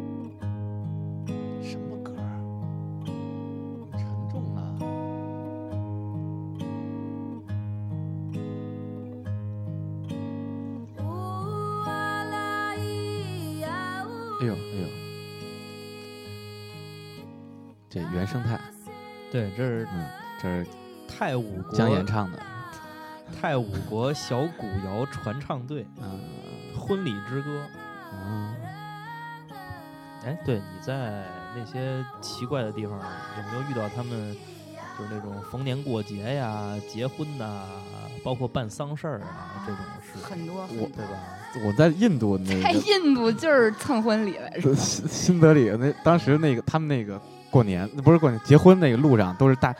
啊哎呦哎呦，这原生态，对，这是嗯，这是泰五国姜岩唱的泰五国小古谣传唱队啊《婚礼之歌》。啊，哎，对，你在那些奇怪的地方啊有没有遇到他们？就是那种逢年过节呀、结婚呐、包括办丧事儿啊这种事情，很多很我多对吧？我在印度那在个印度就是蹭婚礼来着，新 新德里那当时那个他们那个过年不是过年结婚那个路上都是大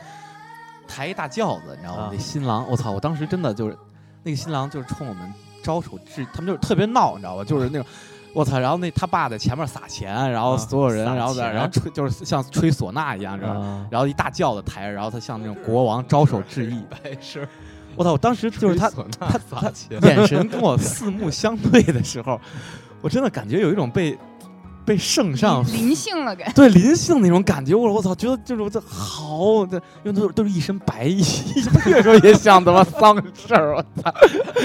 抬一大轿子，你知道吗？啊那新郎，我操！我当时真的就是那个新郎就是冲我们招手致，他们就是特别闹，你知道吧？就是那种。我操！然后那他爸在前面撒钱，然后啊所有人，撒然后在钱然后吹，就是像吹唢呐一样，知道吗？啊，然后一大轿子抬着，然后他向那种国王招手致 意。我操！我当时就是他他他眼神跟我四目相对的时候， 我真的感觉有一种被被圣上 灵性了感觉。对灵性那种感觉。我我操，觉得就是我这好，这因为都是都是一身白衣， 越说越像他妈丧事儿。我操，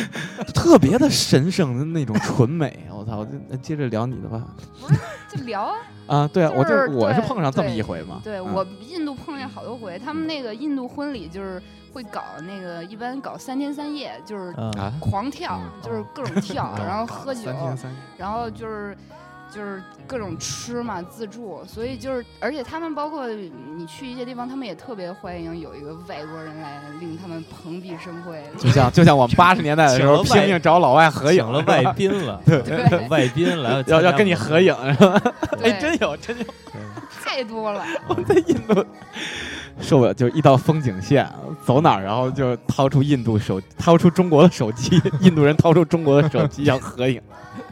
特别的神圣的那种纯美。我操，我就接着聊你的吧。就聊啊，啊，对啊，我就是就我是对碰上这么对一回嘛。对嗯我印度碰见好多回，他们那个印度婚礼就是会搞那个，一般搞三天三夜，就是啊，啊，狂跳，嗯就是各种跳，然后喝酒，啊三天三夜。然后就是就是各种吃嘛，自助，所以就是，而且他们包括你去一些地方，他们也特别欢迎有一个外国人来，令他们蓬荜生 辉。就像就像我们八十年代的时候请了外拼命找老外合影请了是吧外 宾了，对外宾来要要跟你合影，影是吧？哎，对，真有真有，对太多了。在印度受不了，就是一到风景线，走哪儿然后就掏出印度手，掏出中国的手机，印度人掏出中国的手机要合影。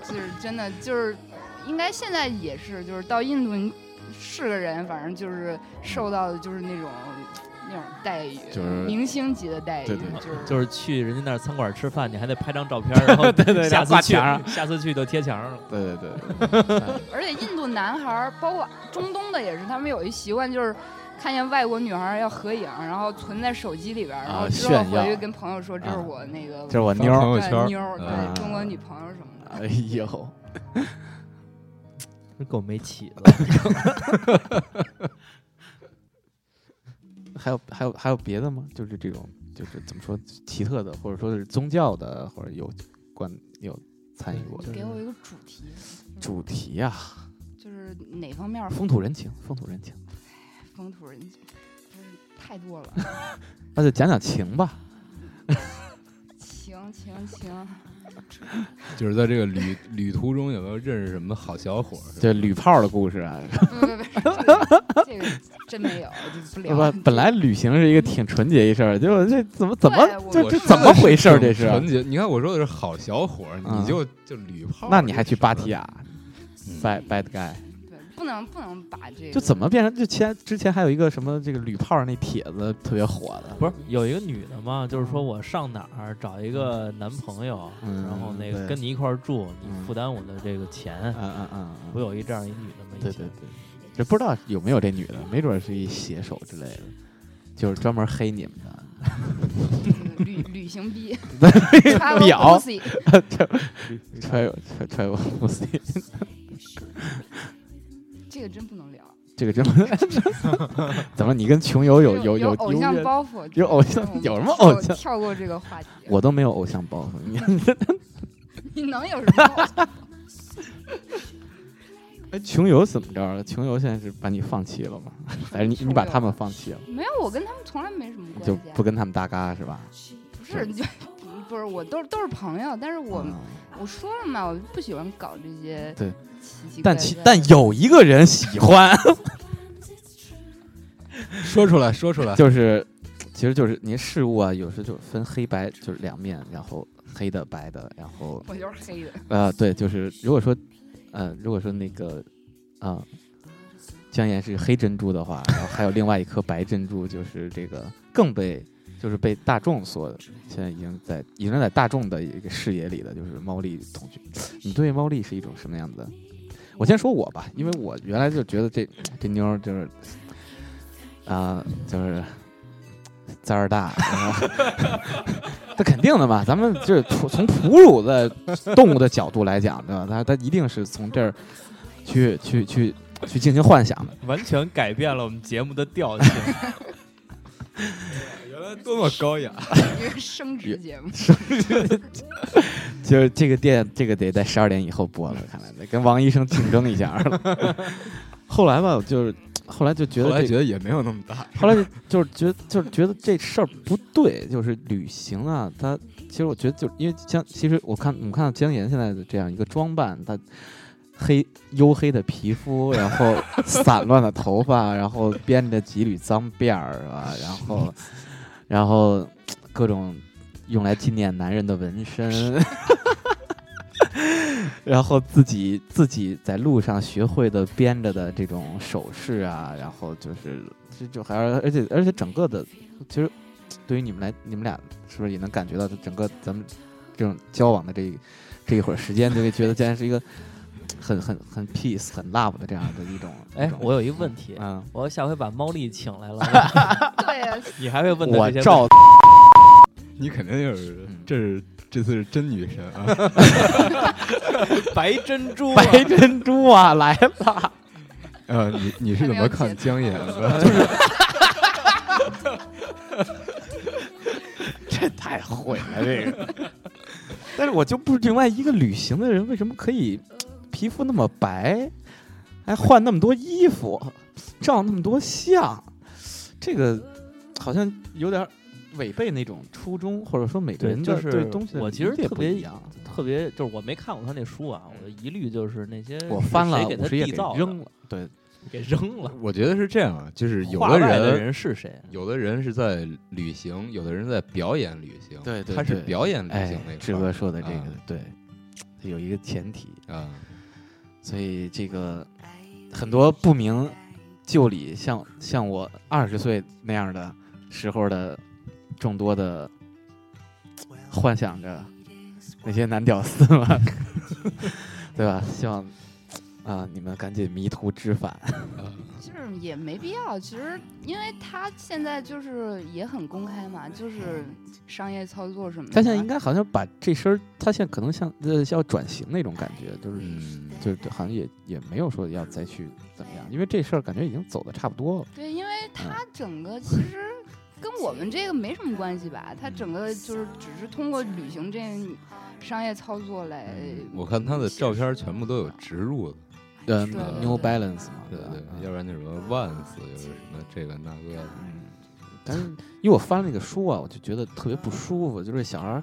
就是真的就是，应该现在也是，就是到印度你是个人，反正就是受到的就是那种那种待遇，就是明星级的待遇，对对对就是就是去人家那儿餐馆吃饭，你还得拍张 照片儿，然后对对对下次挂去墙上下次去就贴墙上了。 对对对，而且印度男孩儿，包括中东的也是，他们有一习惯就是。看见外国女孩儿要合影，然后存在手机里边儿，然啊后之后炫耀回去跟朋友说：“这是啊我那个这是我发妞朋儿。友对圈妞啊儿，对中国女朋友什么的。哎呦，这够没起子，还有还有还有别的吗？就是这种，就是怎么说奇特的，或者说是宗教的，或者有关有参与过”的给我一个主题，主题呀、就是哪方面儿风土人情，风土人情。风土人情，不是太多了。 那就讲讲情吧。行行行， 就是在这个旅旅途中有没有认识什么好小伙儿？是吧这旅炮的故事啊，不不不，这个这个真没有，就不聊了 不，。本来旅行是一个挺纯洁一事儿，结果这怎么怎么对我这我这说怎么的回事儿？这挺是？啊纯洁，你看我说的是好小伙儿，嗯你就就旅炮，那你还去啊芭提雅？雅？Bad bad guy，对不能不能把这个就怎么变成就前之前还有一个什么这个旅炮那帖子特别火的，不是有一个女的嘛？就是说我上哪儿找一个男朋友，嗯然后那对个跟你一块儿住，你嗯负担我的这个钱嗯？。嗯嗯嗯不嗯，有一这样一女的吗？以对对前对，这不知道有没有这女的，没准儿是一写手之类的，就是专门黑你们的。旅旅行逼 表 Travel pussy 嗯揣我揣揣我 pussy，这个真不能聊，这个真 怎么你跟穷游有有有有偶像缘包袱，有偶像我们有什么跳偶像跳过这个话题，我都没有偶像包袱，你 你能有什么包袱？哎，穷游怎么着了？穷游现在是把你放弃 了吗？还是你你把他们放弃了，没有，我跟他们从来没什么关系就啊，不跟他们搭嘎是吧？不是就不是我都是都是朋友，但是我嗯我说了嘛，我就不喜欢搞这些对奇奇怪怪但的，其但有一个人喜欢， 说出来，说出来，就是其实就是您事物啊，有时就分黑白，就是两面，然后黑的白的，然后我就是 黑的，呃对，就是如果说呃如果说那个啊、姜岩是黑珍珠的话，然后还有另外一颗白珍珠，就是这个更被。就是被大众所现在已经在已经在大众的一个视野里的，就是猫力同学。你对猫力是一种什么样子的？我先说我吧，因为我原来就觉得这这妞儿就是啊、就是崽儿大，然后 这肯定的嘛。咱们 就是从从哺乳的动物的角度来讲，对吧？它它一定是从这儿。去去去去进行幻想的。完全改变了我们节目的调性。原来多么高雅！因为升职节目，就是这个店，这个得在十二点以后播了，看来得跟王医生竞争一下了。 后来吧，就是后来就觉后得来这觉得也没有那么大，后来就就是觉得就是觉得这事儿不对，就是旅行啊，它其实我觉得就因为江，其实我看我们看到江岩现在的这样一个装扮，他黑黝黑的皮肤，然后 散乱的头发，然后编着几缕脏辫儿啊，然后然后各种用来纪念男人的纹 身。然后自己自己在路上学会的编着的这种手势啊，然后就是这就还而且而且整个的，其实对于你们来，你们俩是不是也能感觉到，就整个咱们这种交往的这一这一会儿时间，就会觉得竟然是一个很很很 peace、很 love 的这样的一种。一哎种，我有一个问题，嗯，我下回把猫丽请 来了，对啊呀，你还会问他我这些照问题你肯定就是嗯这是这次是真女神啊！ 白珍珠、啊，白珍珠啊来了，呃，你你是怎么看江演 的？这太毁了这个。 但是我就不明白，一个旅行的人为什么可以皮肤那么白，还换那么多衣服，照那么多相，这个好像有点违背那种初衷，或者说每个对人就的是对东西的我理其实解特不别一样。特别就是我没看过他那书啊，我一律就是那些嗯我翻了谁给五他十页，缔给造的扔了。对，给扔了。我觉得是这样啊，就是有画的外的人人是谁？有的人是在旅行，有的人在表演旅行，对对他是对表演旅哎行那，志块哥儿说的这个啊，对，有一个前提，啊，所以这个很多不明就里，像像我二十岁那样的时候的众多的幻想着那些男屌丝们， 对吧？希望啊、你们赶紧迷途知返。就是也没必要。其实，因为他现在就是也很公开嘛，就是商业操作什么的。他现在应该好像把这身儿，他现在可能像呃要转型那种感觉，就是嗯，对对，好像也也没有说要再去怎么样，因为这事儿感觉已经走的差不多了。对，因为他整个其实跟我们这个没什么关系吧，他整个就是只是通过旅行这商业操作来。嗯我看他的照片全部都有植入的，呃对对，New 对 Balance 嘛，对吧对嗯，要不然就什么 Vans，又是什么这个那个的，嗯，但是因为我翻了那个书啊，我就觉得特别不舒服。就是小孩儿，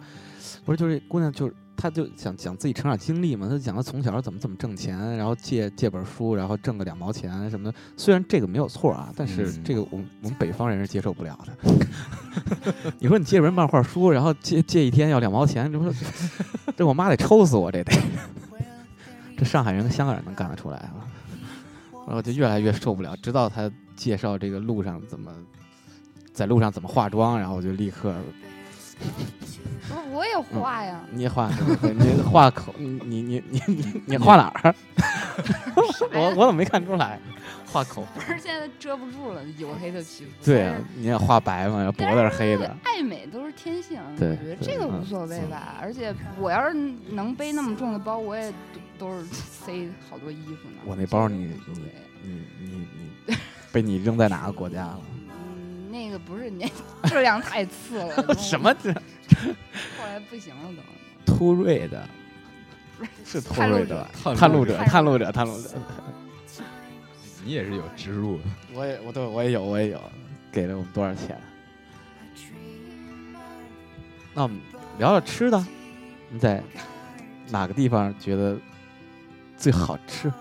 不是就是姑娘，就是她就想讲自己成长经历嘛，她就讲她从小怎么怎么挣钱，然后借借本书，然后挣个两毛钱什么的。虽然这个没有错啊，但是嗯这个我们我们北方人是接受不了的。 你说你借本漫画书，然后借借一天要两毛钱，这不是这我妈得抽死我，这得。这上海人跟香港人能干得出来啊！ 然后我就越来越受不了，直到他介绍这个路上怎么在路上怎么化妆，然后我就立刻不是我也画呀，你画什么你画口，你你你你你你画哪儿？我我怎么没看出来？画口不哎是现在遮不住了，黝黑的皮肤。对啊，你也画白嘛，然后脖子是黑但的是。爱美都是天性，对我觉得对这个嗯无所谓吧。而且我要是能背那么重的包，我也都都是塞好多衣服呢。我那包这个你无所谓你你你被你扔在哪个国家了？嗯，那个不是你那 质量太次了， 什么？这后来不行了突锐的？ 是都。突探路锐者的吧？探探路路者，探路者，探路者。你也是有植入的，我也我对我也有我也有，给了我们多少钱？那我们聊聊吃的，你在哪个地方觉得最好吃？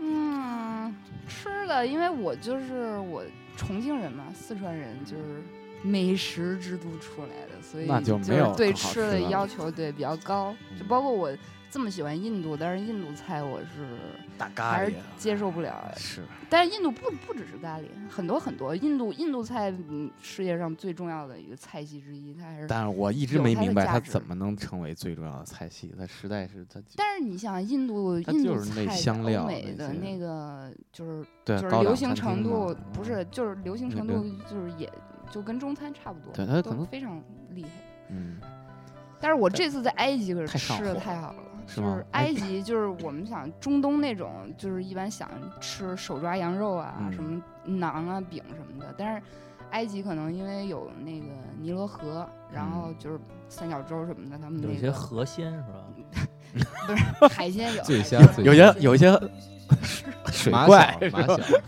嗯，吃的，因为我就是我重庆人嘛，四川人就是美食之都出来的，所以那就就没有是对更好吃吃的的要了求对比较高，就嗯包括我这么喜欢印度，但是印度菜我是大还是接受不了。是呃但啊是印度不不只是咖喱，很多很多印度印度菜，嗯，世界上最重要的一个菜系之一，它还是。但是我一直有没它的明白价它值怎么能成为最重要的菜系，它实在是它但是你想，印度它印就度是那菜的香料欧美那的些那个就是对就是高档流餐行厅程嘛度嗯不是，就是流行那程个度就是也就跟中餐差不多，对它可都能非常厉害。嗯但是我这次在埃及可是太上吃的火太好了，是就吗是？埃及，就是我们想中东那种，就是一般想吃手抓羊肉啊、嗯什么馕啊、饼什么的。但是埃及可能因为有那个尼罗河，然嗯后就是三角洲什么的，他们有那一些个河鲜是吧？不是海 鲜有，醉海虾鲜醉有些 有一些水马怪小是马吧小，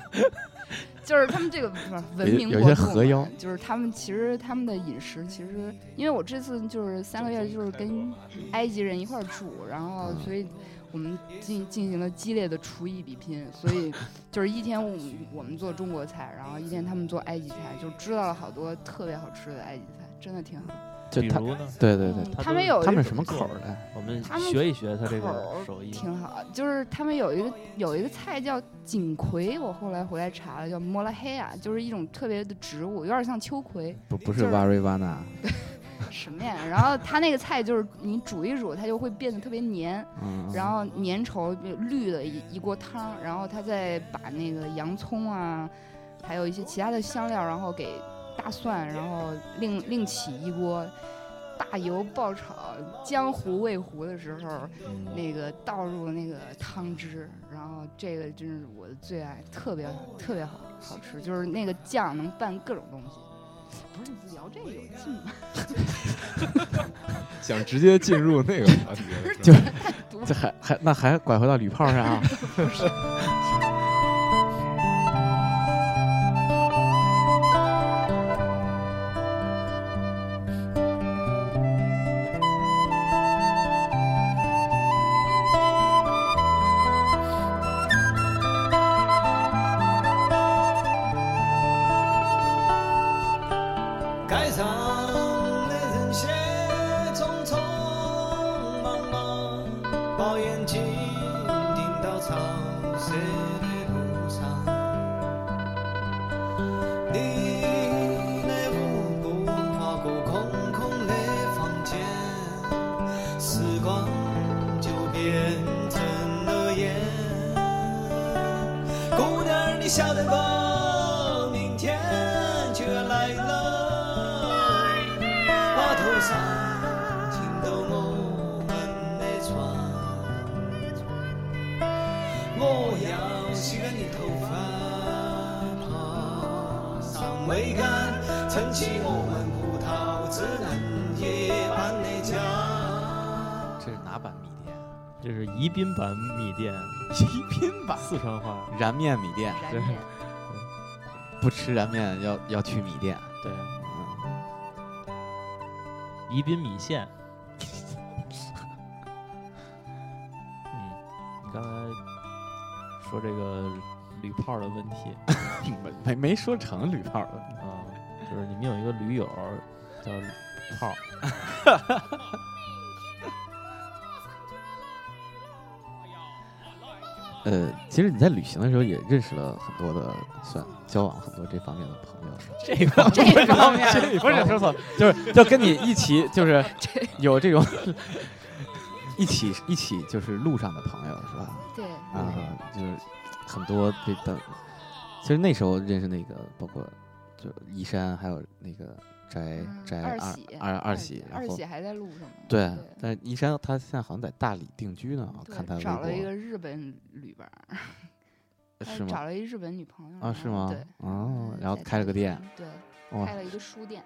就是他们这个不是文有明有国些度河嘛妖就是他们其实他们的饮食其实，因为我这次就是三个月就是跟埃及人一块儿住，然后嗯所以我们进进行了激烈的厨艺比拼，所以就是一天我们我们做中国菜，然后一天他们做埃及菜，就知道了好多特别好吃的埃及菜，真的挺好。就比他，如呢，对对对，嗯他他都们是有他一们种什么口儿啊的？我们他们学一学他这口个儿手艺。挺好，就是他们有一个有一个菜叫锦葵，我后来回来查了，叫莫拉黑啊，就是一种特别的植物，有点像秋葵。不不就是是瓦瑞瓦纳，什么呀？然后它那个菜就是你煮一煮，它就会变得特别黏，嗯，然后粘稠绿的一一锅汤，然后它再把那个洋葱啊，还有一些其他的香料，然后给大蒜，然后另另起一锅。大油爆炒江湖味糊的时候，嗯那个倒入那个汤汁，然后这个真是我的最爱，特别特别好好吃，就是那个酱能拌各种东西。不是你聊这个有劲吗？想直接进入那个环节了，就是吧毒这还还那还拐回到铝炮上啊？街上的人些匆匆忙忙，把眼睛盯到潮湿的路上。你的舞步划过空空的房间，时光就变成了烟。姑娘，你晓得不？明天就要来了，码头上停到我们的船。我要洗干你头发，爬上桅杆，撑起我们葡萄枝嫩叶般的家。 这是哪版米 店？这是宜宾版米店，宜宾版四川话。燃面米店，燃对面。不吃燃面要要去米店。对，嗯，宜宾米线。嗯，你刚才说这个铝炮的问题没没没说成铝炮了。啊，就是你们有一个驴友叫炮，呃，其实你在旅行的时候也认识了很多的，算交往很多这方面的朋友。这个这 方面不是说错，就是就跟你一起，就是 这有这种一起一起就是路上的朋友是吧？对，啊、嗯就是很多这的。其实那时候认识那个，包括就宜山，还有那个翟嗯翟二二喜二二喜喜，，然二后喜还在路上呢。对，但是宜山他现在好像在大理定居呢，我对看他微找博呃了一个日本旅伴儿，他是找吗？了一日本女朋友啊，是然后吗嗯对，？嗯哦，然后在开了个大店理，对，哇开，了一个书店，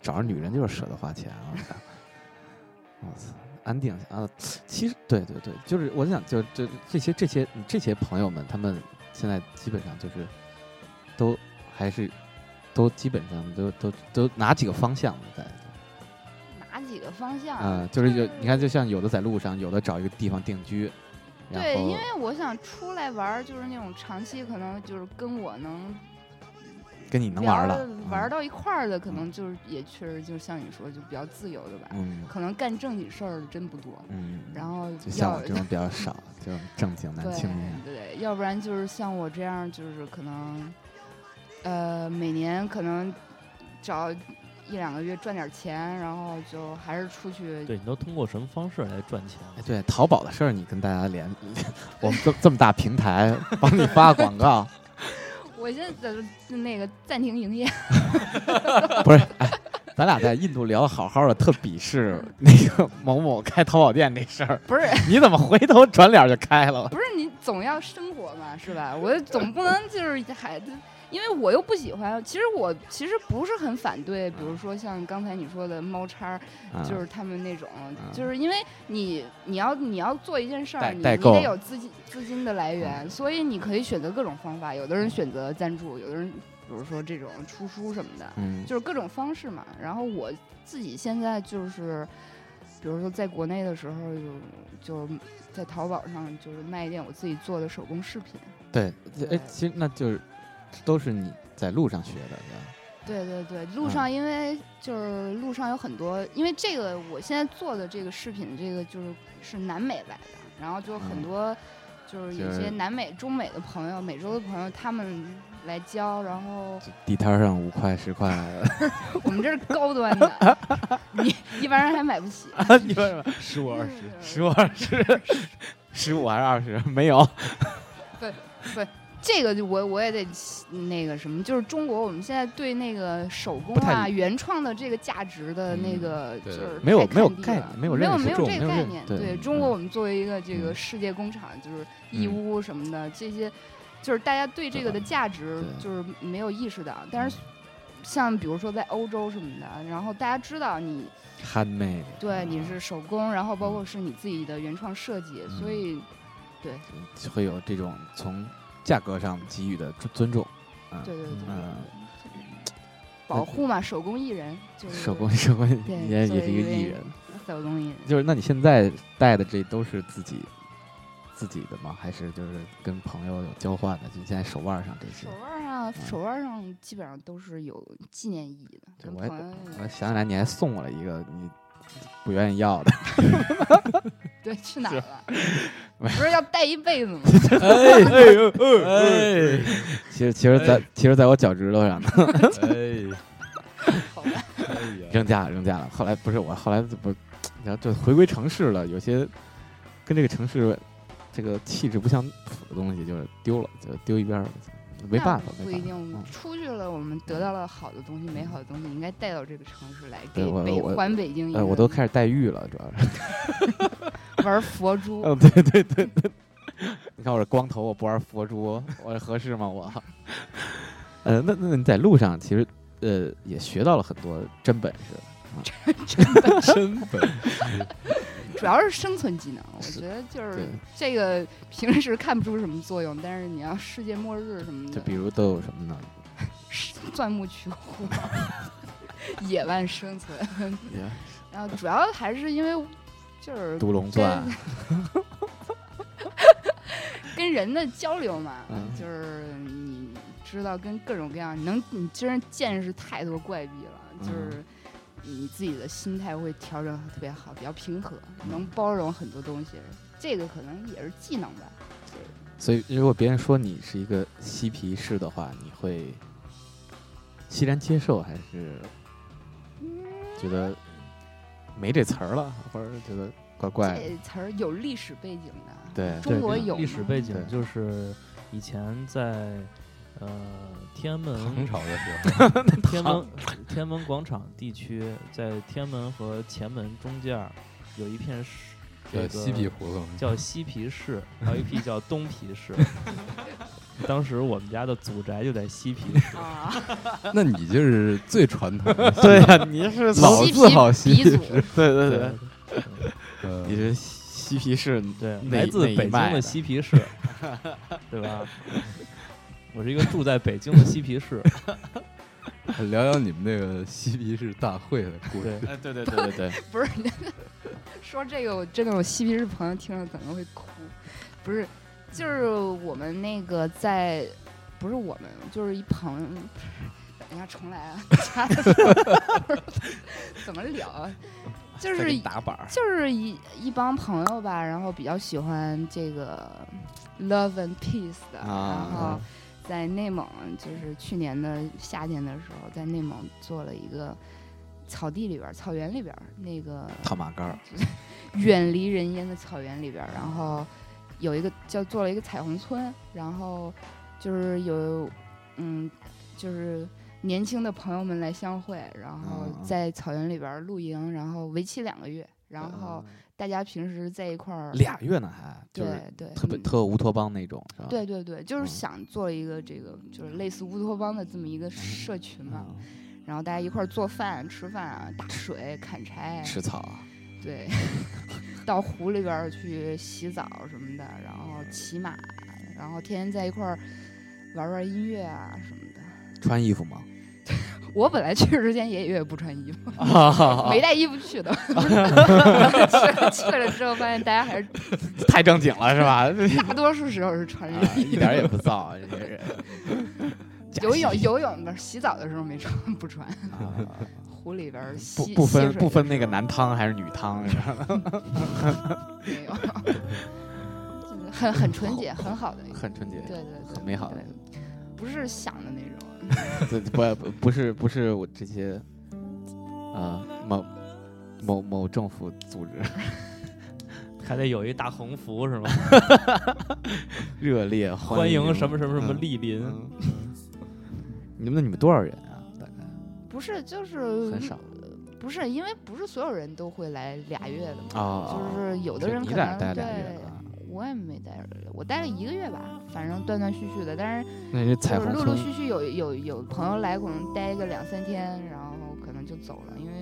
找着女人就是舍得花钱啊！我操我操，安定啊！其实对对对，就是我想，就就这些这些你这些朋友们，他们现在基本上就是都还是都基本上都都都哪几个方向在哪几个方向啊、就是有你看，就像有的在路上，有的找一个地方定居，然对，后因为我想出来玩儿，就是那种长期可能就是跟我能跟你能聊玩儿了啊嗯得，玩儿了，到一块儿的，可能就是也确实就像你说，就比较自由的吧。嗯可能干正经事儿的真不多，嗯，然后就像要我这种比较少，这种正经男对青年，对，要不然就是像我这样，就是可能，呃，每年可能找一两个月赚点钱，然后就还是出去。对你都通过什么方式来赚钱？啊 哎，对，淘宝的事儿你跟大家连，我们这这么大平台帮你发广告， 我现在在那个暂停营业，不是？哎，咱俩在印度聊好好的，特鄙视那个某某开淘宝店这事儿，不是你怎么回头转脸就开了？不是你总要生活嘛，是吧？我总不能就是还，因为我又不喜欢。其实我其实不是很反对，比嗯如说像刚才你说的猫叉儿，啊就是他们那种，就是因为你你要你要做一件事代儿，你你代购嗯得有资金资金的来源，所以你可以选择各种方法。有的人选择赞助，有的人比如说这种出书什么的，嗯，就是各种方式嘛。然后我自己现在就是，比如说在国内的时候就，就在淘宝上就是卖一点我自己做的手工饰品。对，哎对，其实那就是都是你在路上学的，是吧对对对，嗯路上因为就是路上有很多，因为这个我现在做的这个饰品，这个就是是南美来的，然后就嗯很多就是有就是些南美、中美的朋友、美洲的朋友，他们来教，然后就地摊上五块十块，我们这是高端的， 你一般人还买不起。 你说什么？十五二十，十五二十，十五还是二十？没有，这个就我我也得那个什么，就是中国我们现在对那个手工不太啊、理原创的这个价值的那嗯个就对是没有太没有看低概了念没没有认有识没有重这没个有概认念。对对嗯中国，我们作为一个这个嗯世界工厂，就是义嗯乌什么的这些，就是大家对这个的价值对就是没有意识到。但是像比如说在欧洲什么的，然后大家知道你憨妹，对你嗯是手工，然后包括是你自己的原创设计，所嗯以就会有这种从价格上给予的尊尊重，嗯对对对对嗯，对保护嘛，手工艺人就是手工手工对也作也为是一一个艺位人，手工艺人。就是那你现在带的这都是自己自己的吗？还是就是跟朋友有交换的？就现在手腕上这些手，腕上，嗯手腕上基本上都是有纪念意义的，对跟我朋也友我想起来你还送我了一个你不愿意要的，对去哪儿了？不是要带一辈子 吗？哎哎呦哎其实其实在其实在我脚趾头上呢，好吧，哎呀，扔家了扔家了。后来不是我后来就不，然后就回归城市了，有些跟这个城市这个气质不相符的东西就是丢了，就丢一边儿了，没那办法不没一办法。定。我们嗯出去了，我们得到了好的东西，美好的东西，应该带到这个城市来，对给我北我还北京一呃，个我都开始带玉了，主要是。。玩佛珠 嗯，对对对对，你看我这光头，我不玩佛珠，我这合适吗？我， 呃，那那你在路上其实呃也学到了很多真本事，真本事，主要是生存技能，我觉得就是对，这个平时看不出什么作用，但是你要世界末日什么就的，比如都有什么呢？钻木取火， 野外生存。 然后主要还是因为就是独龙钻，跟人的交流嘛，嗯就是你知道跟各种各样，能你真是见识太多怪癖了，嗯就是你自己的心态会调整得特别好，比较平和，能包容很多东西。这个可能也是技能吧，所以如果别人说你是一个嬉皮士的话，你会欣然接受，还是觉得没这词儿了，或者觉得怪怪的？这词儿有历史背景的，对，中国有历史背景对就是以前在呃天安唐门朝的 时候，天安门天安门广场地区，在天安门和前门中间儿有一片是这叫个西皮胡同，叫西 皮市，还有一批叫东皮市。当时我们家的祖宅就在西皮市，啊，那你就是最传统 的， 对呀、你是老老嬉皮字号嬉鼻皮祖，对对对对，呃你是嬉皮士，对，哪来自哪一北京脉的的西 皮市，对吧？我是一个住在北京的西皮 市，聊聊你们那个嬉皮士大会的故事对。哎，对对对对对，不是，说这个我真的我嬉皮士朋友听了可能会哭，不是，就是我们那个在，不是我们，就是一朋友，等一下重来啊， 掐的时候怎么聊啊？ 就再是给你打板儿。就是一一帮朋友吧，然后比较喜欢这个 Love and Peace 的，啊然后在内蒙，就是去年的夏天的时候，在内蒙做了一个草地里边儿、草原里边儿那个套马杆儿，远离人烟的草原里边儿，然后有一个叫做了一个彩虹村，然后就是有嗯，就是年轻的朋友们来相会，然后嗯嗯在草原里边儿露营，然后为期两个月，然后大家平时在一块儿，嗯俩月呢还就是对对，特别嗯特乌托邦那种是吧？对对对，就嗯是想做一个这个就是类似乌托邦的这么一个社群嘛，嗯，然后大家一块儿做饭、吃饭啊、打水、砍柴，吃草啊，对， 到湖里边儿去洗澡什么的，然后骑马，然后天天在一块儿玩玩音乐啊什么的。穿衣服 吗？我本来去之前也以为不穿衣服，啊没带衣 服去的。去去了之后发现大家还是太正经了是 吧？大多数时候是穿着衣服。啊一 点儿 也不燥，这些人。假游泳戏游泳的洗澡的时候没穿 不穿， 啊湖里边儿不洗不洗分水不的分时那个候男汤还是女汤是吧？没有， 就是很很纯洁，很好的一个，很纯洁，对对对，很美好的对，不是想的那种。 这不不不是不是我这些啊、某某某政府组织还得有一大横幅是吗？热烈欢欢迎迎什么什么什么嗯莅临。嗯你们那你们多少人啊？大概不是，就是很少不是，因为不是所有人都会来俩月的嘛，啊就是有的人你可在那能儿待对俩月了啊，我也没待着，我待了一个月吧，反正断断续续的，但是那是彩就是虹陆陆村续续有有有朋友来，可能待个两三天，然后可能就走了，因为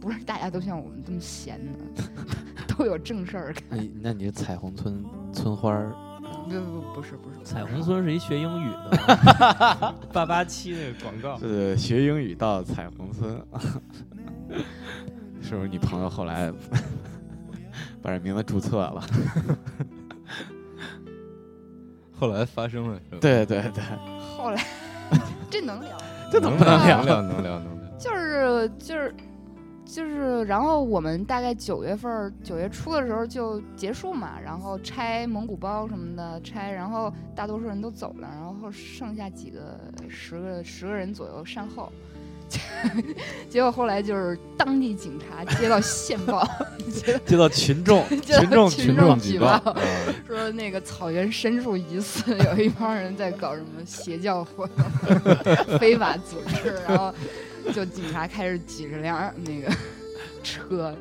不是大家都像我们这么闲的， 都有正事儿干。那你哎那你是彩虹村村花儿不不不是不是，彩虹村是一学英语的 八八七那个广告，是学英语到彩虹村， 是不是你朋友后来 把这名字注册了？后来发生了，是 吧，对对对， 后来 这能聊吗。这能不能能聊？ 聊？能聊能聊。就是就是就是，然后我们大概九月份儿九月初的时候就结束嘛，然后拆蒙古包什么的拆，然后大多数人都走了，然后剩下几个十个十个人左右善后。 结果后来就是当地警察接到线报，接到群众接群到众 群众举举报报，，啊说那个草原深处疑似 有一帮人在搞什么邪教活动、 非法组织，然后就警察开始几十辆那个车，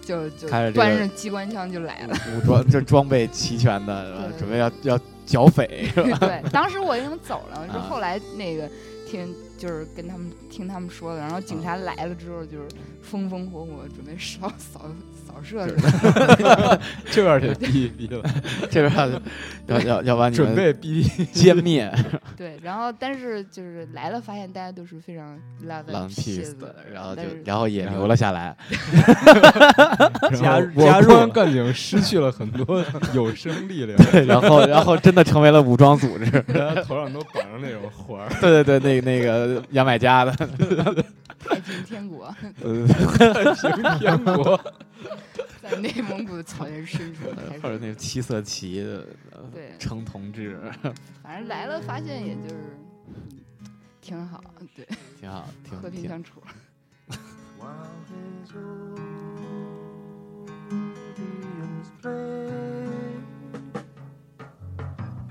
就就开着这个端着机关枪就来了。武装这装备齐全的，是吧对准备要要剿 匪，是吧 对，当时我已经走 了，就啊后来那个听就是跟他们听他们说的，然后警察来了之后就是风风火火准备烧扫扫射什么 的，这边得逼逼了，这边要要要要把你准们备逼 歼灭对，然后但是就是来了发现大家都是非常 love and Long peace Peace，的然后就但是然后也留了下 来，加加然后我入光干警失去了很多有生力量， 然后然后真的成为了武装组织，大家头上都绑上那种环儿， 对对对，那那个牙买加的，太平天国。 呃平天国。在内蒙古的草原 深处 开或者始。那个七色旗的呃对，程同志，反正来了发现也就是挺好，嗯对，挺好，挺和平嗯挺相处。 While his old Indians play,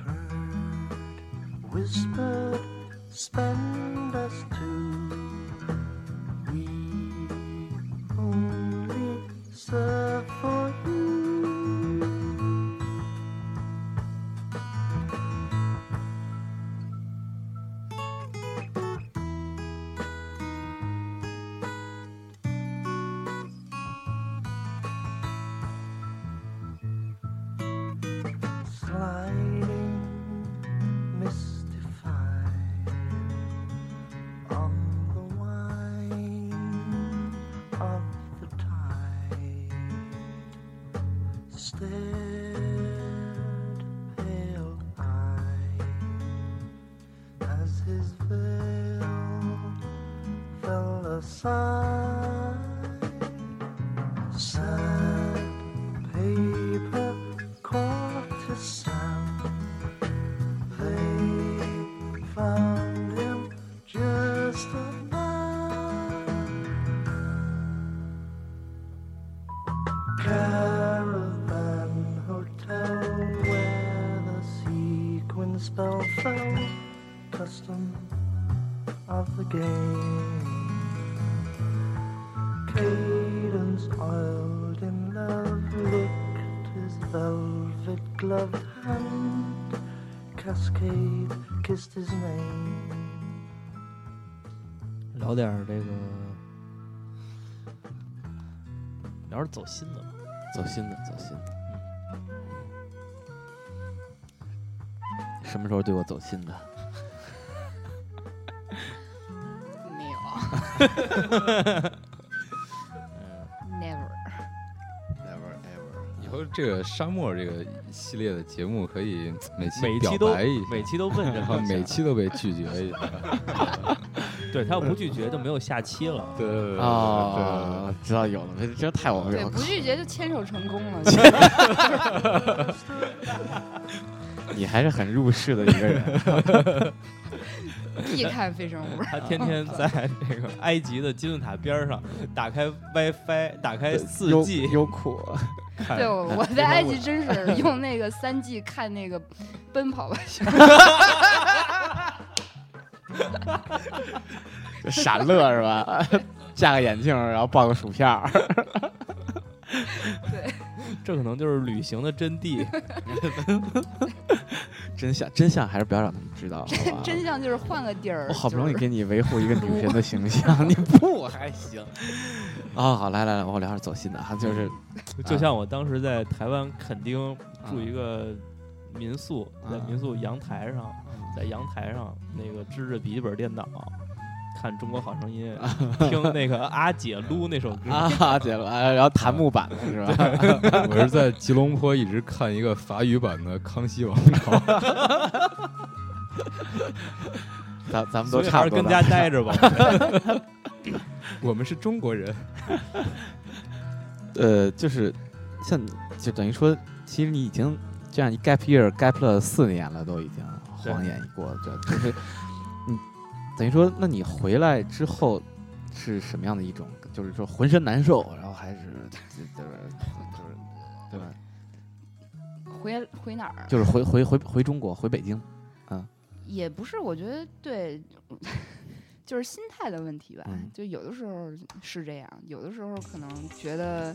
heard whispered, spend us two. We only serve for you. sliding, mystified on the wine of the tide. Stared pale eyed as his veil fell aside. Sad paper courtesan. They found him just a man. Caravan hotel where the sequin spell fell. Custom of the game. Cadence oiled in love licked his velvet gloved hand. Cascade kissed his name. 聊点儿这个，聊点儿走心的吧。走心的，走心的。嗯什么时候对我走心的？没有 ，never。 Never ever。以后这个沙漠这个系列的节目可以每期每表期都白一下，每期都问这然个后问题， 每期都被拒绝一下。对他要不拒绝就没有下期 了。 对对对对对哦，知道有了，这这太我们对，有不了。拒绝就牵手成功 了。你还是很入世的一个 人。必看非诚勿扰。他天天在这个埃及的金字塔边儿上打开 WiFi，打开四 G，优酷， 看对，我我在哎埃及真 是用那个三 G 看那个《奔跑吧兄傻乐是 吧？架个眼镜，然后抱个薯片儿。 这可能就是旅行的真谛。真相，真相还是不要让他们知道，好吧？弟》，真相就是换个地儿。我好不容易就是给你维护一个女神的形象，你不还行？啊，好，来来来，我聊点走心的哈，就是就像我当时在台湾垦丁住一个民宿，在啊民宿阳台上，在阳台上那个支着笔记本电脑看《中国好声音》，听那个阿姐撸那首嗯歌。啊，姐了，啊然后弹幕版的是吧？对我是在吉隆坡一直看一个法语版的《康熙王朝》， 咱咱们所都以还差是不多跟了家待 着吧。我们是中国人。呃，就是像就等于说，其实你已经这样一 gap year gap 了四年了，都已经对晃眼一过，就就是你等于说，那你回来之后是什么样的一种？就是说浑身难受，然后还是就是就是对吧？回回哪儿？就是回回回回中国，回北京。也不是，我觉得对， 就是心态的问题吧。嗯就有的时候是这样，有的时候可能觉得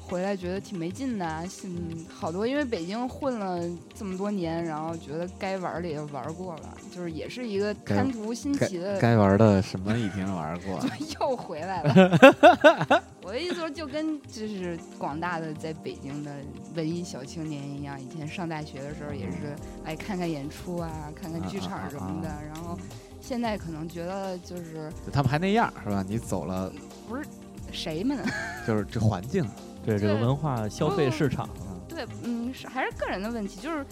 回来觉得挺没劲的啊，心好多因为北京混了这么多年，然后觉得该玩儿的也都玩儿过了，就是也是一个该贪图新奇的该玩的什么已经玩过 了，又回来了。 我的意思说，就跟就是广大的在北京的文艺小青年一样，以前上大学的时候也是哎看看演出啊，看看剧场什么的，然后现在可能觉得就是就他们还那样是吧？你走了，谁们就是这环境对这个文化消费市场，对，嗯，是还是个人的问题，就是。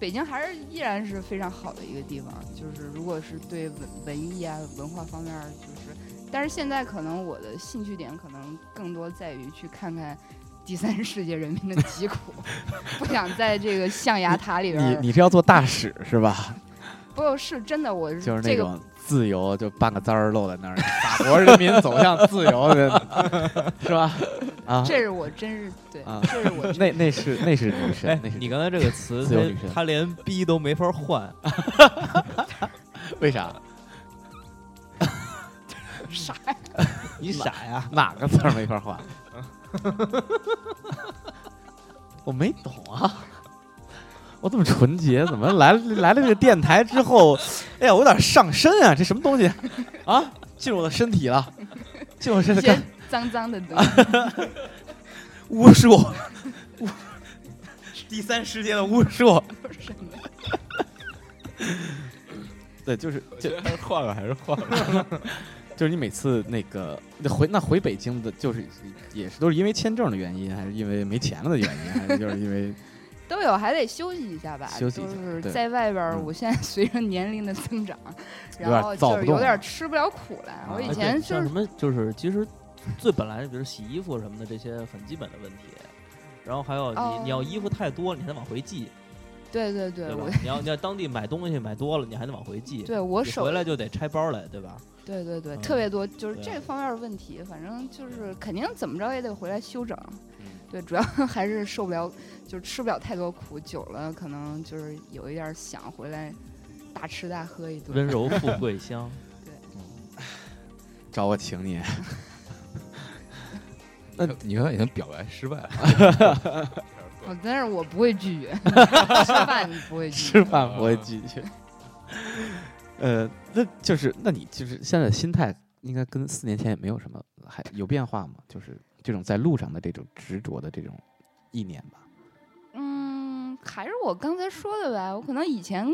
北京还是依然是非常好的一个地方，就是如果是对文文艺啊文化方面，就是，但是现在可能我的兴趣点可能更多在于去看看第三世界人民的疾苦， 不想在这个象牙塔里边你儿。你是要做大使是吧？不是真的，我就是那嗯这个种自由，就半个字儿露在那儿，法国人民走向自由的，是吧？啊，这是我真是对啊，这是 我那真那是那是女神哎，那，是你刚才这个词，自由女神他他连逼都没法 换，为啥？傻。你傻呀？哪个字儿没法换？ 我没懂啊，我怎么纯洁？怎么来来了这个电台之后，哎呀，我有点上身啊，这什么东西啊？进入我的身体了，进入我身一体些干 脏脏的东巫 术，巫 第三世界的巫术。西什么对，就是就换了还是换了，就是你每次那个那回那回北京的，就是也是都是因为签证的原因，还是因为没钱了的原因，还是就是因为都有，还得休息一下吧。休息一下就是对在外边儿，嗯我现在 随着年龄的增长，有点然后躁就不是动有了点吃不了苦了。我啊以哎对前就像是什么就是其实最本来比如洗衣服什么的这些很基本的问题，然后还有你、哦你要衣服太多了，你还得往回寄，对对对，对吧我？你要你要当地买东西买多了，你还得往回寄， 对我你手回来就得拆包来，对吧？对对对，嗯特别多，就是对这方面的问题，反正就是肯定怎么着也得回来修整嗯。对，主要 还是受不了，就是吃不了太多苦，久了可能就是有一点儿想回来大吃大喝一顿。 温柔富贵香，对嗯，找我请你。啊那你看，已经表白失败 了。哦，但是我不会拒绝， 吃饭不会拒吃绝。饭不会拒绝。呃，那就是，那你就是现在心态应该跟四年前也没有什么，还有变化吗？就是这种在路上的这种执着的这种意念吧。嗯，还是我刚才说的吧，我可能以前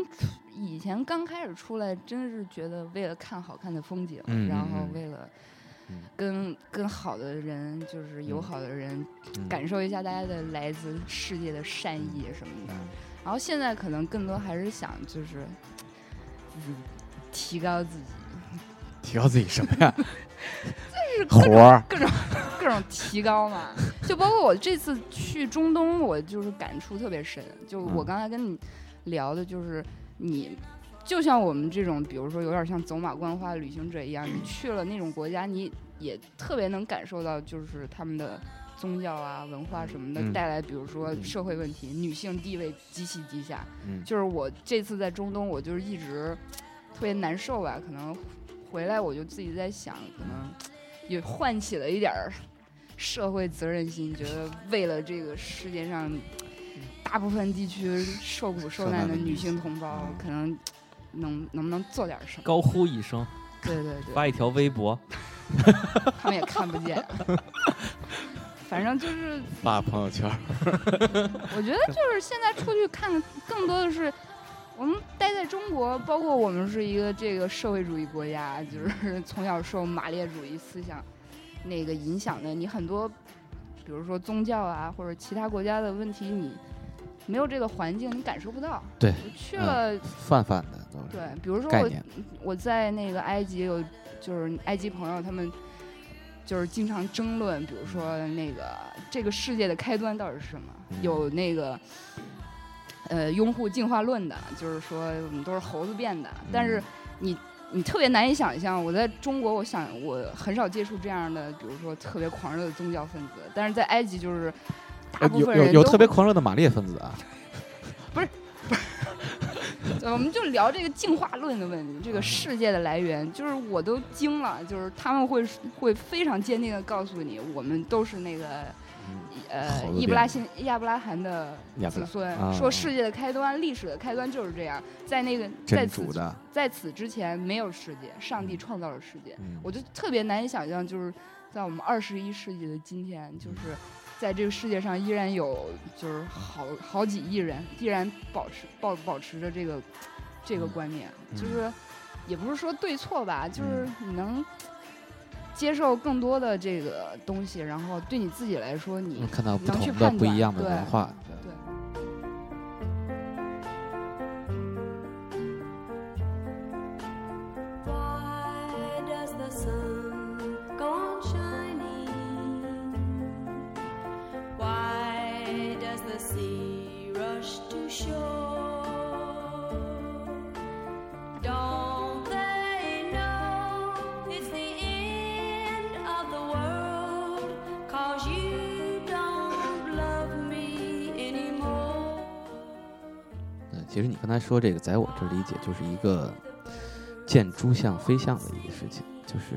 以前刚开始出来，真是觉得为了看好看的风景，嗯然嗯后嗯为了嗯跟跟好的人，就是友嗯好的人，嗯感受一下大家的来自世界的善意什么的。嗯然后现在可能更多还是想就是自己提高自己，提高自己什么呀？活儿，各种提高嘛。就包括我这次去中东，我就是感触特别深。就我嗯刚才跟你聊的，就是你。就像我们这种，比如说有点像走马观花的旅行者一样， 你去了那种国家，你也特别能感受到，就是他们的宗教啊、文化什么嗯的带来，比如说嗯社会问题、女性地位极其低下。嗯就是我这次在中东，我就是一直特别难受吧，可能回来我就自己在想，可能也唤起了一点儿社会责任心，觉得为了这个世界上大部分地区受苦受难的女性同胞嗯，可能能能不能做点什么？高呼一声，对对对，发一条微博，他们也看不见。 反正就是，发朋友圈儿，我觉得就是现在出去看的更多的是，我们待在中国，包括我们是一个这个社会主义国家，就是从小受马列主义思想那个影响的，你很多，比如说宗教啊或者其他国家的问题，你没有这个环境，你感受不到。对嗯我去了，泛泛的都是对，比如说概我念。我在那个埃及有，就是埃及朋友他们就是经常争论，比如说那个这个世界的开端到底是什么？嗯有那个呃拥护进化论的，就是说我们都是猴子变的，嗯但是你。你特别难以想象，我在中国，我想我很少接触这样的，比如说特别狂热的宗教分子，但是在埃及就是大呃部有分人有都有特别狂热的马列分子啊，对，呃我们就聊这个进化论的问题，这个世界的来源，就是我都惊了，就是他们会会非常坚定的告诉你，我们都是那个嗯呃猴子伊变布拉的辛亚伯拉罕的亚伯子拉孙，啊说世界的开端、历史的开端就是这样，在那个在真此主之的，在此之前没有世界，上帝创造了世界，嗯我就特别难以想象，就是在我们二十一世纪的今天，就是在这个世界上依然有就是好好几亿人依然保持保保持着这个这个嗯观念，嗯就是也不是说对错吧，就是你能接受更多的这个东西，然后对你自己来说，你嗯能看到不能去同的判不一断样的对文化。对。 Why does the sun go on shining? Why does the sea rush to shore? Don't they know it's the end of the world? Cause you don't love me anymore. 嗯，其实你刚才说这个，在我这理解就是一个见诸相非相的一个事情，就是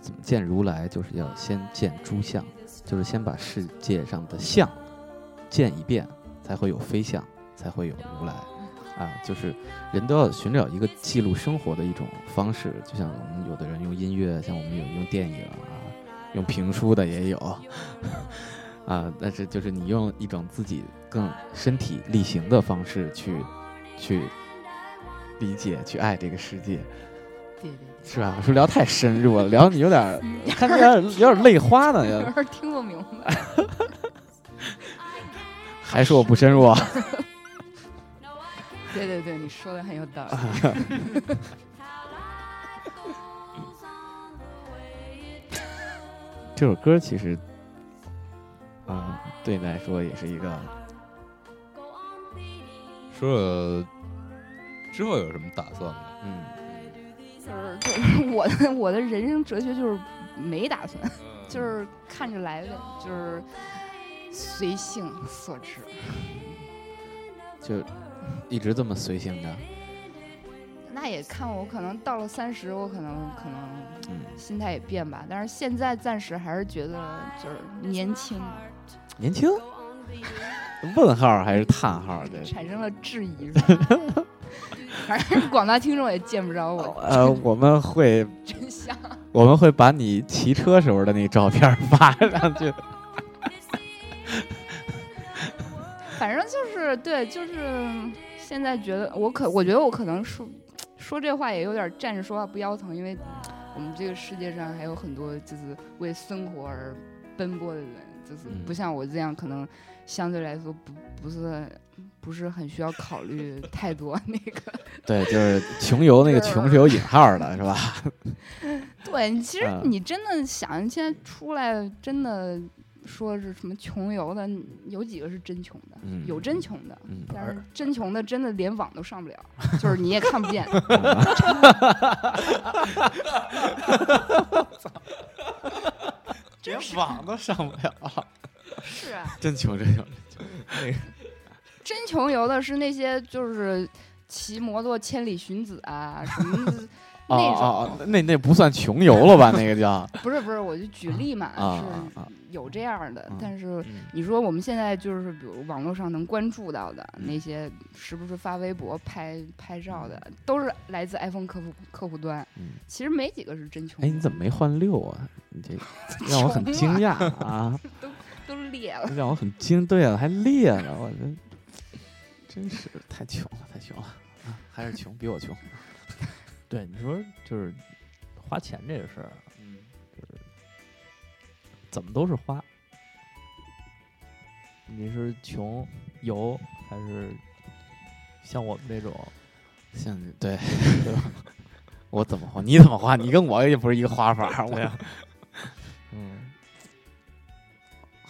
怎么见如来，就是要先见诸相，就是先把世界上的相见一遍，才会有非相，才会有如来。啊，就是人都要寻找一个记录生活的一种方式，就像我们有的人用音乐，像我们有用电影啊，用评书的也有， 啊，但是就是你用一种自己更身体力行的方式去去理解、去爱这个世界，对 对是吧？我是不是聊太深入了，聊你有点儿，看着有点儿有点儿泪花呢，对，有 要时候听不明白。还说我不深入啊？对对对，你说的很有道理。这首歌其实，啊、对你来说也是一个，说说之后有什么打算吗？嗯，就是就是呃我的我的人生哲学就是没打算， 就是看着来呗，就是随性所致。就一直这么随性的，那在也看我，可能到了三十，我可能可能嗯，心态也变吧。但是现在暂时还是觉得就是年轻，年 轻？问号还是叹号？这产生了质疑吧。反正广大听众也见不着我，呃，我们会真香。我们会把你骑车时候的那个照片发上去。反正就是对，就是现在觉得我可，我觉得我可能说说这话也有点站着说话不腰疼，因为我们这个世界上还有很多就是为生活而奔波的人，就是嗯不像我这样，可能相对来说不不是不是很需要考虑太多 那个。 对，就是穷游那个穷是有引号的，是吧？对，你其实嗯你真的想，现在出来真的说是什么穷游的，有几个是真穷的？嗯有真穷的，嗯，但是真穷的真的连网都上不了，就是你也看不 见。连网都上不了，是啊，真穷真穷。真穷游的是那些就是骑摩托千里寻子啊 什么的哦那种，哦哦，那那不算穷游了吧？那个叫啊不是不是，我就举例嘛，啊是啊！有这样的，嗯但是。嗯你说我们现在就是，比如网络上能关注到的那些，时不时发微博拍拍照的，都是来自 iPhone 客户客户端嗯。其实没几个是真穷哎，游你，怎么没换六啊？你 这让我很惊讶啊！都裂了。让我很惊，对啊，还裂了，我这真是太穷了，太穷了啊！还是穷，比我穷。对，你说就是花钱这个事儿，啊嗯怎么都是花。你是穷游还是像我们这种？ 像你对对吧？我怎么花？你怎么花？你跟我也不是一个花法儿，我对呀啊。嗯，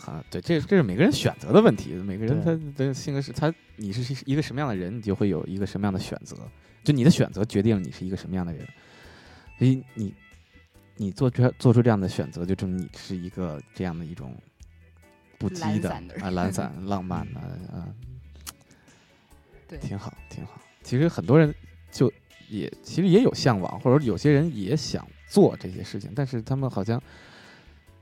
啊，对，这这是每个人选择的问题，每个人对他的性格是他，你是是一个什么样的人，你就会有一个什么样的选择，就你的选择决定了你是一个什么样的人，所以你你做这做出这样的选择，就证明你是一个这样的一种不羁懒的散的人嗯啊，懒 散、浪漫的啊，对挺好，挺好。其实很多人就也其实也有向往，或者有些人也想做这些事情，但是他们好像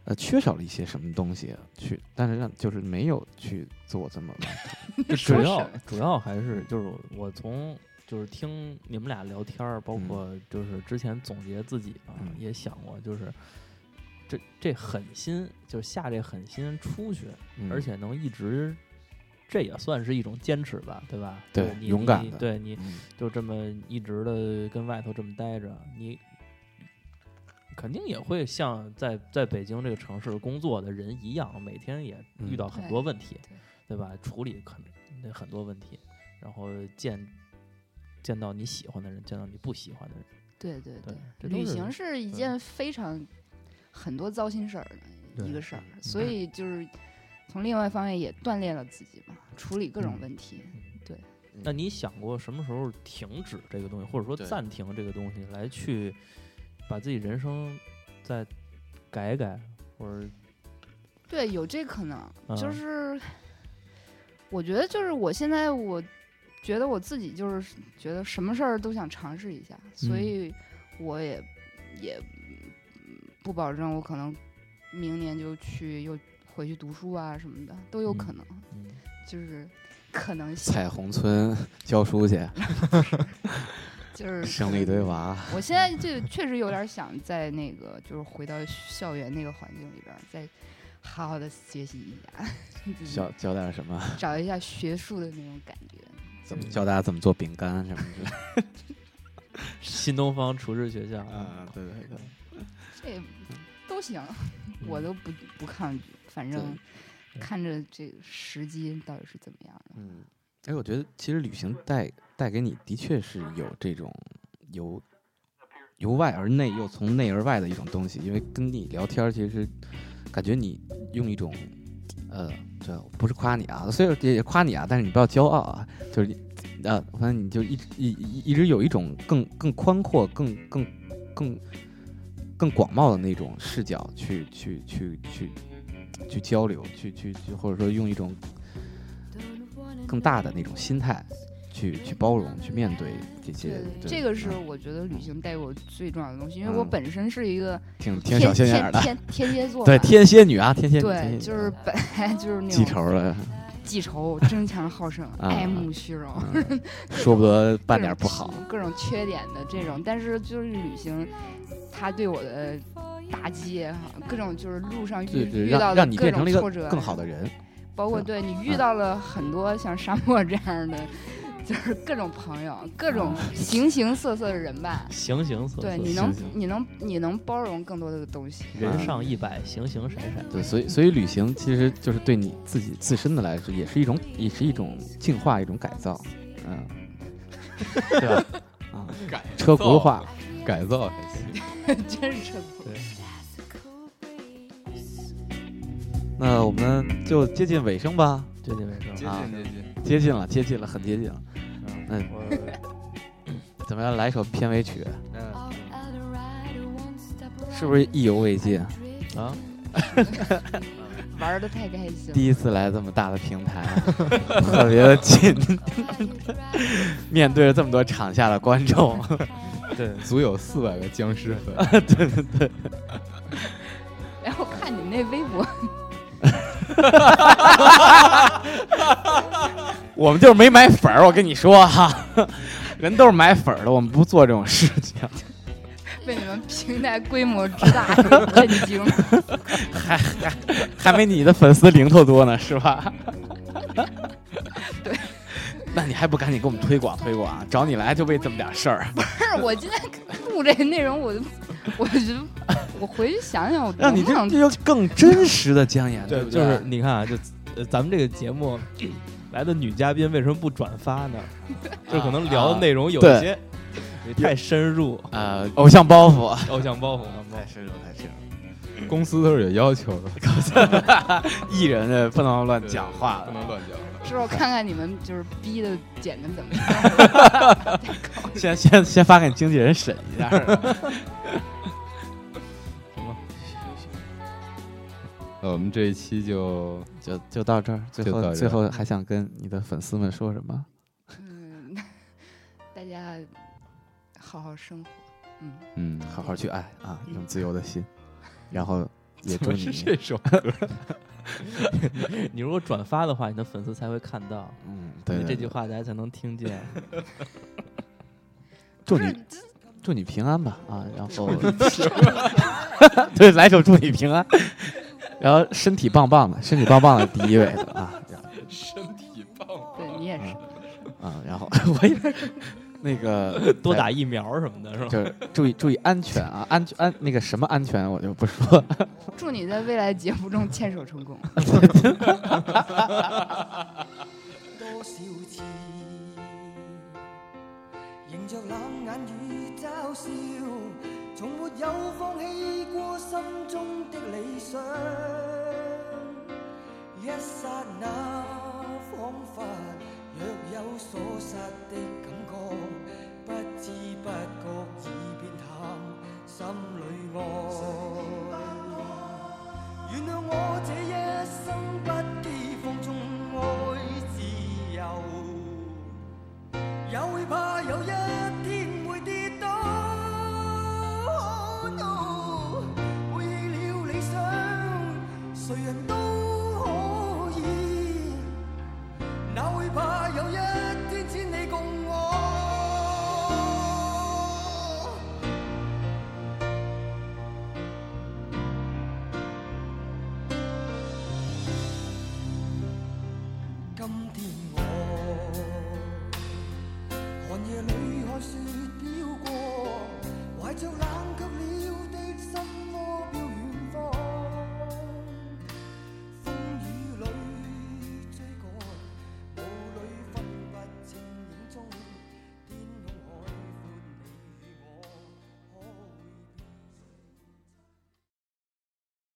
呃缺少了一些什么东西去，但是让就是没有去做这么完整就主主要要主要还是就是我从就是听你们俩聊天儿，包嗯括就是之前总结自己吧，嗯也想过就是这这狠心，就是下这狠心出去，嗯而且能一直，这也算是一种坚持吧，对吧？对就是你勇敢你的对你嗯就这么一直的跟外头这么待着，你肯定也会像在在北京这个城市工作的人一样，每天也遇嗯到很对多问题，对对吧？处理很那很多问题，然后见见到你喜欢的人，见到你不喜欢的人，对对对这都旅是行是一对件非常很多糟心事儿的对一个事儿，嗯所以就是从另外一方面也锻炼了自己嘛，处理各种问题。那你想过什么时候停止这个东西，或者说对暂停这个东西，来去把自己人生再改一改，或者对，有这可能，就嗯是我觉得就是我现在我觉得我自己就是觉得什么事儿都想尝试一下，所嗯以我也也不保证我可能明年就去又回去读书啊什么的都有可嗯能，嗯，就是可能性。彩虹村 教书去，就是生了一堆。娃，我现在就确实有点想在那个，就是回到校园那个环境里边儿，再好好的学习一下， 自己教教点什么，找一下学术的那种感觉。怎么教大家怎么做饼干什么之类的。新东方厨师学校啊，对对对，这都行， 我都不不抗拒，反正嗯对看着这个时机到底是怎么样的。嗯，哎，我觉得其实旅行带带给你的确是有这种由由外而内又从内而外的一种东西，因为跟你聊天，其实感觉你用一种呃，对，不是夸你啊，虽然也也夸你啊，但是你不要骄傲啊，就是你呃，反正你就一直一一一直有一种更更宽阔、更更更更广袤的那种视角去去去去去交流，去去去，或者说用一种更大的那种心态去去包容、去面对这些对，。对这个是嗯我觉得旅行带给我最重要的东西，因为我嗯本身是一个挺挺天小心眼儿的，天天天蝎座 嘛，对天蝎女啊，天蝎女，天蝎对，女就是本来就是那记种仇了，记仇、争强好胜、啊爱慕虚荣，嗯说不得半点不好。各种缺点的这种，但是就是旅行，他对我的打击也好，各种就是路上对遇对，遇让到的让你各变成种了一挫个折，啊更好的人。包括嗯对你遇嗯到了很多像沙漠这样的，就是各种朋友，各种啊形形色色的人吧。形形色色，对，你是能是你能你能包容更多的东西。人上一百，形形色色。对，所以所以旅行其实就是对你自己自身的来说，也是一种也是一种进化，一种改造，嗯， 对吧？啊， 改车轱辘话，改造还行。 真 是扯不那我们就接近尾声吧，最近没事接儿啊，近接近，接近了，接近了，很接近了。嗯我 怎么样，来一首片尾曲，嗯，是不是意犹未尽？啊，玩的太开心了。第一次来这么大的平台，啊特别的紧，面对着这么多场下的观众，对，足有四百个僵尸粉， 哎，我看你那微博， 我们就是没买粉儿，我跟你说哈、人都是买粉儿的，我们不做这种事情。被你们平台规模之 大震惊。还还还没你的粉丝零头多呢，是吧？对，那你还不赶紧给我们推广推广？啊找你来就为这么点事儿，不是，我今天录这内容，我就我就我回去想想，我让你能不这能这就更真实的姜岩，对不对？就是你看啊，就呃咱们这个节目来的女嘉宾为什么不转发呢？就可能聊的内容有啊对一些也太深入，呃，偶像包袱，偶像包袱，偶像包深入，太深入。公司都是有要求的，艺人的不能乱讲话不了，能乱讲话。之后看看你们就是逼的剪的怎么样。 先先先发给你经纪人审一下。袱，行吧？那我们这一期就就就到这儿，最就到后这最儿后还想跟你的粉丝们说什么？嗯，大家好好生活，嗯，嗯，好好去爱啊，用自由的心，然后也祝不 你是这首， 你如果转发的话，你的粉丝才会看到，嗯，你对这对句对，话大家才能听见。祝你祝你平安吧啊，然后 对，来首祝你平安，然后身体棒棒的，身体棒棒的第一位的啊，然后身体棒，对你也是，啊，然后 我也那个多打疫苗什么的，是吧？就是注意注意安全啊，安全安那个什么安全我就不说，祝你在未来节目中牵手成功。多少次，迎着冷眼与嘲笑，从没有放弃过心中的理想。一刹那，仿佛若有所失的感觉，不知不觉已变淡，心里爱。原谅我这一生不羁放纵爱自由，也會怕有一天會跌倒。No，背棄了理想，誰人都可以，哪會怕有一天千里共我？今天我寒夜里看雪飄過，